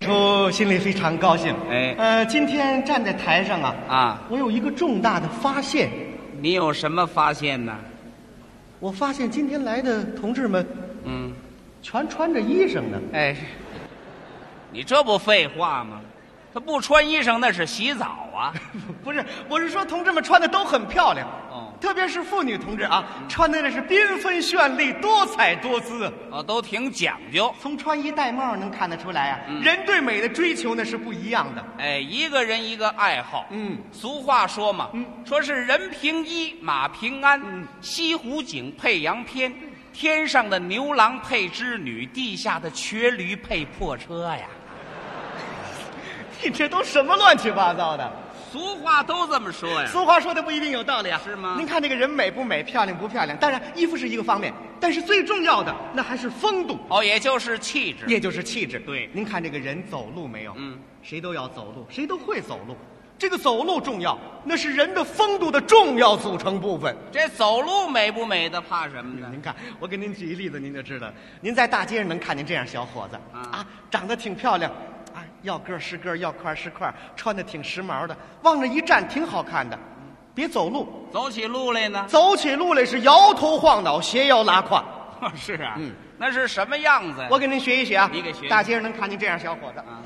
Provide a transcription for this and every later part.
哎呦，心里非常高兴。哎呃，今天站在台上啊，啊，我有一个重大的发现。你有什么发现呢？我发现今天来的同志们嗯，全穿着衣裳呢。哎，你这不废话吗？他不穿衣裳那是洗澡 啊。 不是，我是说同志们穿的都很漂亮。哦特别是妇女同志啊，穿的那是缤纷绚丽、多彩多姿。哦，都挺讲究。从穿衣戴帽能看得出来啊，人对美的追求那是不一样的。哎，一个人一个爱好。嗯，俗话说嘛，嗯说是人凭衣，马平鞍。嗯西湖景配洋片，天上的牛郎配织女，地下的瘸驴配破车呀。你 这都什么乱七八糟的？俗话都这么说呀。俗话说的不一定有道理啊，哎是吗您看这个人美不美，漂亮不漂亮？当然，衣服是一个方面，但是最重要的那还是风度，哦，也就是气质。也就是气质。对您看这个人走路没有？嗯，谁都要走路，谁都会走路。这个走路重要，那是人的风度的重要组成部分。这走路美不美的，怕什么呢？您看，我给您举一例子，您就知道了。您在大街上能看见这样小伙子啊长得挺漂亮，啊，要个儿是个儿，要块儿是块儿，穿的挺时髦的，往那一站挺好看的。别走路，走起路来呢？走起路来是摇头晃脑，斜腰拉胯。 是啊，嗯那是什么样子呀？我给您学一学啊，哎你给学一学大街上能看见这样小伙子，啊，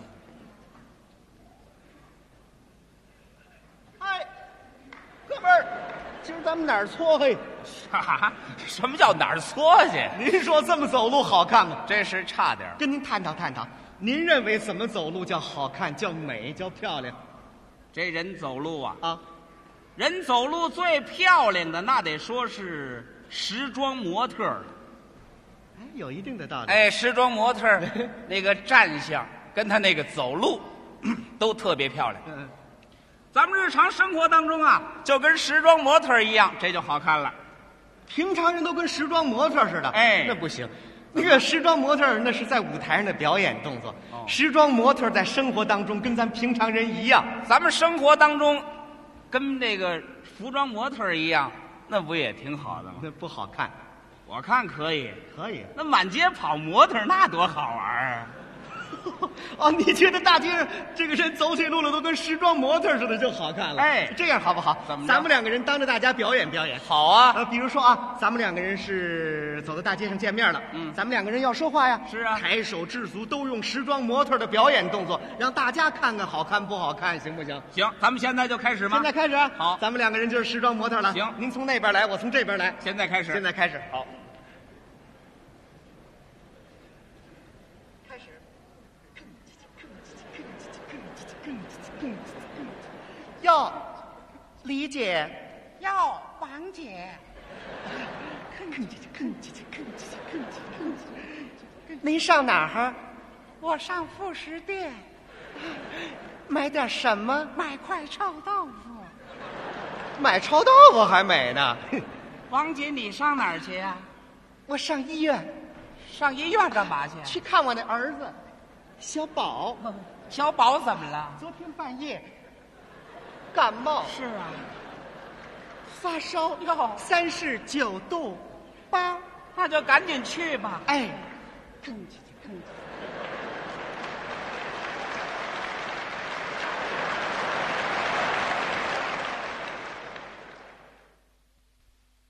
哎，哥们儿，今儿咱们哪儿搓嘿？啥？ 什么叫哪儿搓去？您说这么走路好看吗？这是差点儿跟您探讨探讨，您认为怎么走路叫好看、叫美、叫漂亮这人走路啊，啊？人走路最漂亮的那得说是时装模特儿了。哎，有一定的道理。哎，时装模特 儿那个站相跟他那个走路 都特别漂亮。嗯，咱们日常生活当中啊，就跟时装模特儿一样，这就好看了。平常人都跟时装模特似的，哎那不行。那个时装模特儿那是在舞台上的表演动作，哦时装模特儿在生活当中跟咱平常人一样，咱们生活当中跟那个服装模特儿一样，那不也挺好的吗？那不好看。我看可以。可 以，那满街跑模特儿那多好玩儿啊！哦，你觉得大街上这个人走起路来都跟时装模特似的就好看了？哎呃这样好不好？怎么着咱们两个人当着大家表演表 演。好啊，呃，比如说啊，咱们两个人是走到大街上见面了，嗯咱们两个人要说话呀，是啊抬手置足都用时装模特的表演动作，让大家看看好看不好看，行不行？行，咱们现在就开始吗？现在开始啊，好咱们两个人就是时装模特了。行您从那边来，我从这边来，现在开始。现在开始，好，开始。哟，李姐，哟，王姐，您上哪儿我上副食店买点什么？买块臭豆腐。买臭豆腐还美呢。王姐，你上哪儿去啊呀、我上医院上医院干嘛去？去看我那儿子，小宝，小宝怎么了？昨天半夜感冒是啊，发烧哟，三十九度八。那就赶紧去吧。哎，吭叽吭叽吭叽